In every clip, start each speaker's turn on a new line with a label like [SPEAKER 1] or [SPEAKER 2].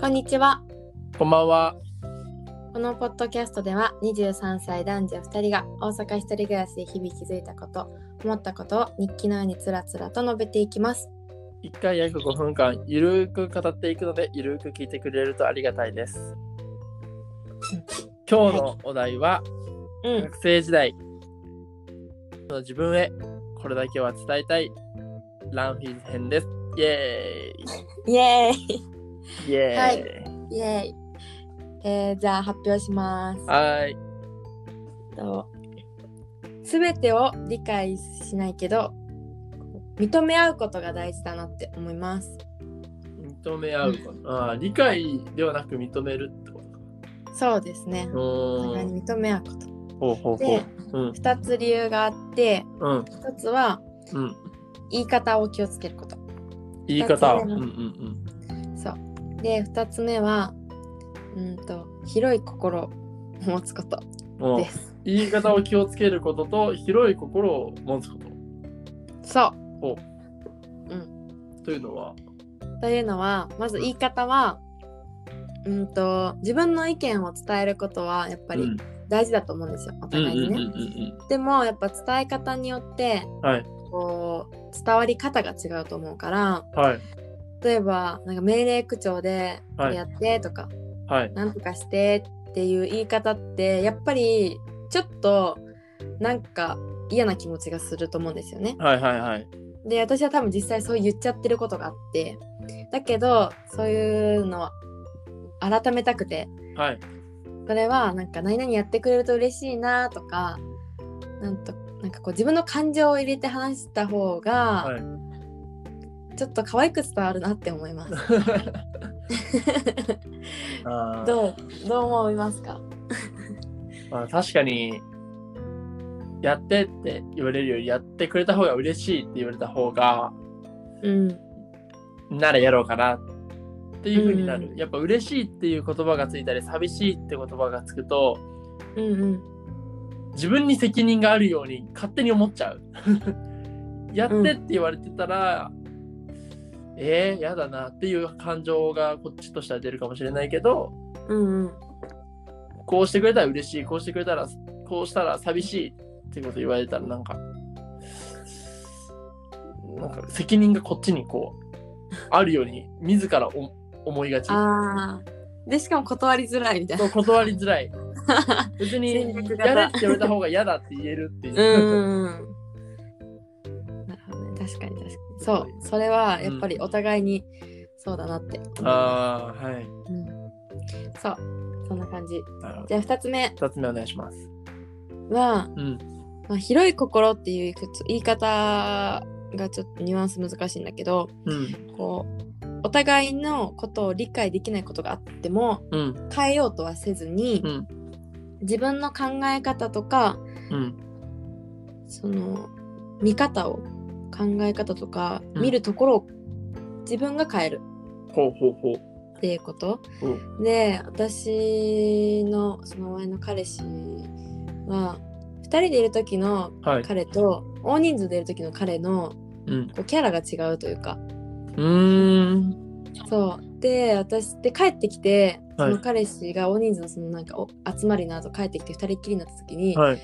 [SPEAKER 1] こんにちは。
[SPEAKER 2] こんばんは。
[SPEAKER 1] このポッドキャストでは23歳男女2人が大阪一人暮らしで日々気づいたこと、思ったことを日記のようにつらつらと述べていきます。
[SPEAKER 2] 一回約5分間、ゆるーく語っていくので、ゆるーく聞いてくれるとありがた いです。今日のお題は、
[SPEAKER 1] うん。
[SPEAKER 2] 学生時代の自分へこれだけは伝えたいランフィーズ編です。イエ
[SPEAKER 1] イエーイ
[SPEAKER 2] ーイ
[SPEAKER 1] イ
[SPEAKER 2] イエ
[SPEAKER 1] エーイえー、じゃあ発表します。
[SPEAKER 2] ーイはーい。
[SPEAKER 1] すべてを理解しないけど、認め合うことが大事だなって思います。
[SPEAKER 2] 認め合うこと。ああ理解ではなく認めるってことか。
[SPEAKER 1] そうですね
[SPEAKER 2] う。
[SPEAKER 1] お互い
[SPEAKER 2] ーん。
[SPEAKER 1] に認め合うこと。
[SPEAKER 2] ほうほうほ
[SPEAKER 1] で
[SPEAKER 2] う。うん。
[SPEAKER 1] 2つ理由があって、
[SPEAKER 2] うん。
[SPEAKER 1] 1つは
[SPEAKER 2] うん。
[SPEAKER 1] 言い方を気をつけること。
[SPEAKER 2] 言い方。
[SPEAKER 1] 二つ
[SPEAKER 2] う
[SPEAKER 1] 目
[SPEAKER 2] んう
[SPEAKER 1] の
[SPEAKER 2] んうん。
[SPEAKER 1] そう。で、2つ目は、うんと、広い心を持つこと
[SPEAKER 2] もう
[SPEAKER 1] です。
[SPEAKER 2] 言い方を気をつけることと広い心を持つこと
[SPEAKER 1] そ
[SPEAKER 2] というのは、
[SPEAKER 1] う。というのは、まず言い方は、うんと、自分の意見を伝えることはやっぱ
[SPEAKER 2] うん
[SPEAKER 1] り大事だと思うんですよ、お
[SPEAKER 2] うんうん
[SPEAKER 1] 互いに
[SPEAKER 2] うんう
[SPEAKER 1] ね。
[SPEAKER 2] ん
[SPEAKER 1] でも、やっぱ伝え方によって、
[SPEAKER 2] うんはい
[SPEAKER 1] こう、伝わり方が違うと思うから、
[SPEAKER 2] はい
[SPEAKER 1] 例えば、なんか命令口調で、こ
[SPEAKER 2] はい
[SPEAKER 1] れやってとか、
[SPEAKER 2] はい
[SPEAKER 1] なんとかしてっていう言い方ってやっぱりちょっとなんか嫌な気持ちがすると思うんですよね。
[SPEAKER 2] はいはいはい
[SPEAKER 1] で私は多分実際そう言っちゃってることがあってだけどそういうのを改めたくて
[SPEAKER 2] はい
[SPEAKER 1] これはなんか何々やってくれると嬉しいなとかなんとなんかこう自分の感情を入れて話した方
[SPEAKER 2] は
[SPEAKER 1] が
[SPEAKER 2] い
[SPEAKER 1] ちょっと可愛く伝わるなって思い ます。
[SPEAKER 2] あー
[SPEAKER 1] どうどう思いますか？
[SPEAKER 2] まあ確かにやってって言われるよりやってくれた方が嬉しいって言われた方が
[SPEAKER 1] うん
[SPEAKER 2] ならやろうかなっていう風になる、
[SPEAKER 1] う
[SPEAKER 2] やっぱ嬉しいっていう言葉がついたり寂しいって言葉がつくと
[SPEAKER 1] うんうん
[SPEAKER 2] 自分に責任があるように勝手に思っちゃう やってって言われてたら、えー、やだなっていう感情がこっちとしては出るかもしれないけど
[SPEAKER 1] うんうん
[SPEAKER 2] こうしてくれたら嬉しいこうしてくれたらこうしたら寂しいってこと言われたらなんかなんか責任がこっちにこうあるように自らお思いがち
[SPEAKER 1] ああ。で、しかも断りづらいみたいな。
[SPEAKER 2] そう断りづ らい別に
[SPEAKER 1] 戦略型
[SPEAKER 2] やれって言われた方が嫌だって言えるっていう
[SPEAKER 1] う、ん。なるほどね。確かに確かに。そう。それはやっぱりお互いにそうだなって。
[SPEAKER 2] ああはい
[SPEAKER 1] うん。そう。そんな感じ。
[SPEAKER 2] なるほど
[SPEAKER 1] じゃあ2つ目
[SPEAKER 2] 2つ目お願いします。
[SPEAKER 1] は、
[SPEAKER 2] うん。
[SPEAKER 1] まあ、広い心っていう言い方がちょっとニュアンス難しいんだけど、
[SPEAKER 2] うん。
[SPEAKER 1] こう、お互いのことを理解できないことがあっても
[SPEAKER 2] うん。
[SPEAKER 1] 変えようとはせずに、
[SPEAKER 2] うん。
[SPEAKER 1] 自分の考え方とか
[SPEAKER 2] うん。
[SPEAKER 1] その見方を考え方とか
[SPEAKER 2] うん
[SPEAKER 1] 見るところを自分が変える
[SPEAKER 2] ほうほうほう。
[SPEAKER 1] っていうこと、
[SPEAKER 2] う
[SPEAKER 1] で私のその前の彼氏は2人でいる時の
[SPEAKER 2] はい。
[SPEAKER 1] 彼と大人数でいる時の彼の
[SPEAKER 2] うん。
[SPEAKER 1] こうキャラが違うというか
[SPEAKER 2] うーん。
[SPEAKER 1] そうで私で帰ってきてそ
[SPEAKER 2] はい
[SPEAKER 1] の彼氏が大人数のそのなんかお集まりの後帰ってきて2人っきりになった時に、
[SPEAKER 2] はい。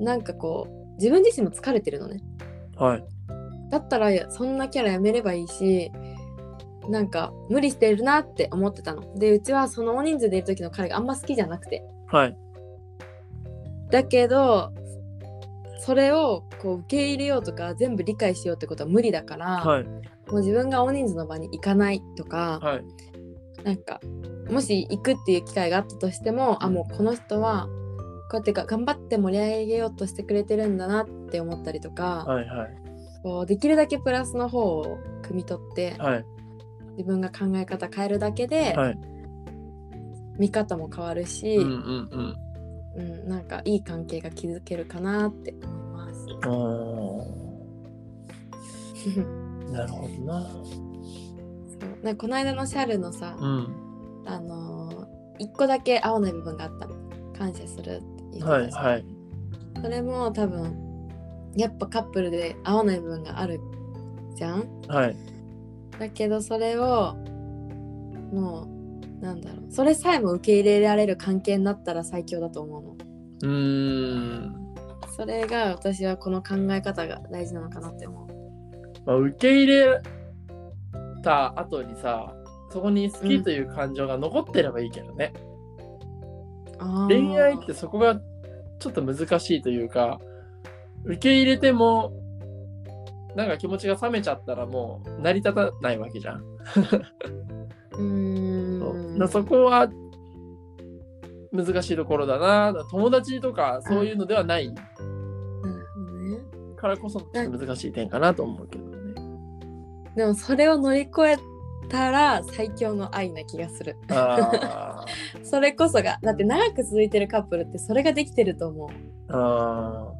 [SPEAKER 1] なんかこう自分自身も疲れてるのね。
[SPEAKER 2] はい。
[SPEAKER 1] だったらそんなキャラやめればいいしなんか無理してるなって思ってたのでうちはその大人数でいる時の彼があんま好きじゃなくて
[SPEAKER 2] はい。
[SPEAKER 1] だけどそれをこう受け入れようとか全部理解しようってことは無理だから、
[SPEAKER 2] はい。
[SPEAKER 1] もう自分が大人数の場に行かないとか、
[SPEAKER 2] はい。
[SPEAKER 1] なんかもし行くっていう機会があったとしても、あもうこの人はこうやってが頑張って盛り上げようとしてくれてるんだなって思ったりとか、
[SPEAKER 2] はい。はい。
[SPEAKER 1] こうできるだけプラスの方を汲み取って、
[SPEAKER 2] はい。
[SPEAKER 1] 自分が考え方変えるだけで、
[SPEAKER 2] はい。
[SPEAKER 1] 見方も変わるし、
[SPEAKER 2] うんう
[SPEAKER 1] うん
[SPEAKER 2] ん
[SPEAKER 1] なんかいい関係が築けるかなって思い ます。
[SPEAKER 2] うん。おーなるほどな。
[SPEAKER 1] そうなんかこの間のシャルのさ、
[SPEAKER 2] うん。
[SPEAKER 1] あのー一個だけ合わない部分があったの感謝するって言っ
[SPEAKER 2] は
[SPEAKER 1] て
[SPEAKER 2] い。
[SPEAKER 1] たし、
[SPEAKER 2] はい。
[SPEAKER 1] それも多分やっぱカップルで合わない部分があるじゃん
[SPEAKER 2] はい。
[SPEAKER 1] だけどそれをのなんだろうそれさえも受け入れられる関係になったら最強だと思うの
[SPEAKER 2] うーん、
[SPEAKER 1] それが私はこの考え方が大事なのかなって思う
[SPEAKER 2] まあ、受け入れた後にさそこに好きという感情が残ってればいいけどね、
[SPEAKER 1] あー
[SPEAKER 2] 恋愛ってそこがちょっと難しいというか受け入れてもなんか気持ちが冷めちゃったらもう成り立たないわけじゃん
[SPEAKER 1] うーん
[SPEAKER 2] なそこは難しいところだな友達とかそういうのではない
[SPEAKER 1] なるほどね
[SPEAKER 2] からこそちょっと難しい点かなと思うけどね。
[SPEAKER 1] でもそれを乗り越えたら最強の愛な気がする
[SPEAKER 2] あ
[SPEAKER 1] それこそがだって長く続いてるカップルってそれができてると思
[SPEAKER 2] ーあ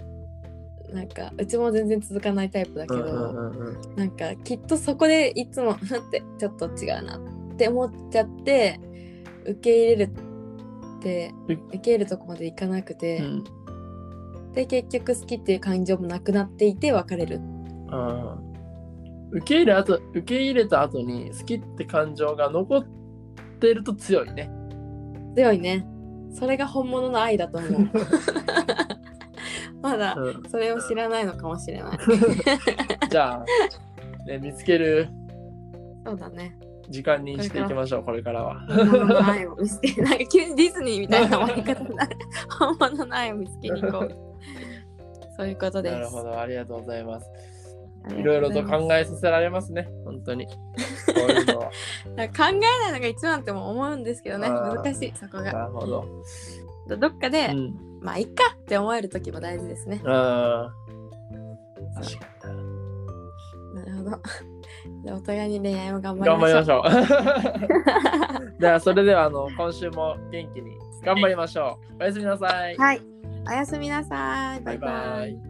[SPEAKER 1] うなんかうちも全然続かないタイプだ
[SPEAKER 2] ー。
[SPEAKER 1] けど、
[SPEAKER 2] うんうんうんうん
[SPEAKER 1] なんかきっとそこでいつも 「なんてちょっと違うな」って思っちゃって受け入れるって
[SPEAKER 2] え
[SPEAKER 1] 受け入れるとこまでいかなくて、で結局好きっていう感情もなくなっていて別れる
[SPEAKER 2] うんあー受け入れあと受け入れた後に好きって感情が残ってると強いね。
[SPEAKER 1] 強いねそれが本物の愛だと思 うまだ
[SPEAKER 2] うん
[SPEAKER 1] それを知らないのかもしれ ない
[SPEAKER 2] じゃあ、ね、見つける
[SPEAKER 1] そうだね
[SPEAKER 2] 時間にしていきましょうこれからは。
[SPEAKER 1] 本物の愛を見つけなんか急にディズニーみたいな終わり方にな る本物の愛を見つけに行こうそういうことです
[SPEAKER 2] なるほどありがとうございます。
[SPEAKER 1] ありが
[SPEAKER 2] いろいろ
[SPEAKER 1] うござ
[SPEAKER 2] と
[SPEAKER 1] ます
[SPEAKER 2] 考えさせられますね、本当に。こういうの は
[SPEAKER 1] だから考えないのが一番っても思うんですけどね
[SPEAKER 2] あー
[SPEAKER 1] 難しいそこが
[SPEAKER 2] なるほど。
[SPEAKER 1] どっかで、
[SPEAKER 2] うん。
[SPEAKER 1] まあいっかって思える時も大事ですね
[SPEAKER 2] ああ。
[SPEAKER 1] そなるほど じゃあお互いに恋愛も頑張り
[SPEAKER 2] 頑張
[SPEAKER 1] まし
[SPEAKER 2] り
[SPEAKER 1] ょ
[SPEAKER 2] ま
[SPEAKER 1] う
[SPEAKER 2] しょう。 じゃあ、それでは、あの、今週も元気に頑張りましょう。おやすみなさい。
[SPEAKER 1] はいおやすみなさいバイバイ
[SPEAKER 2] バイバイ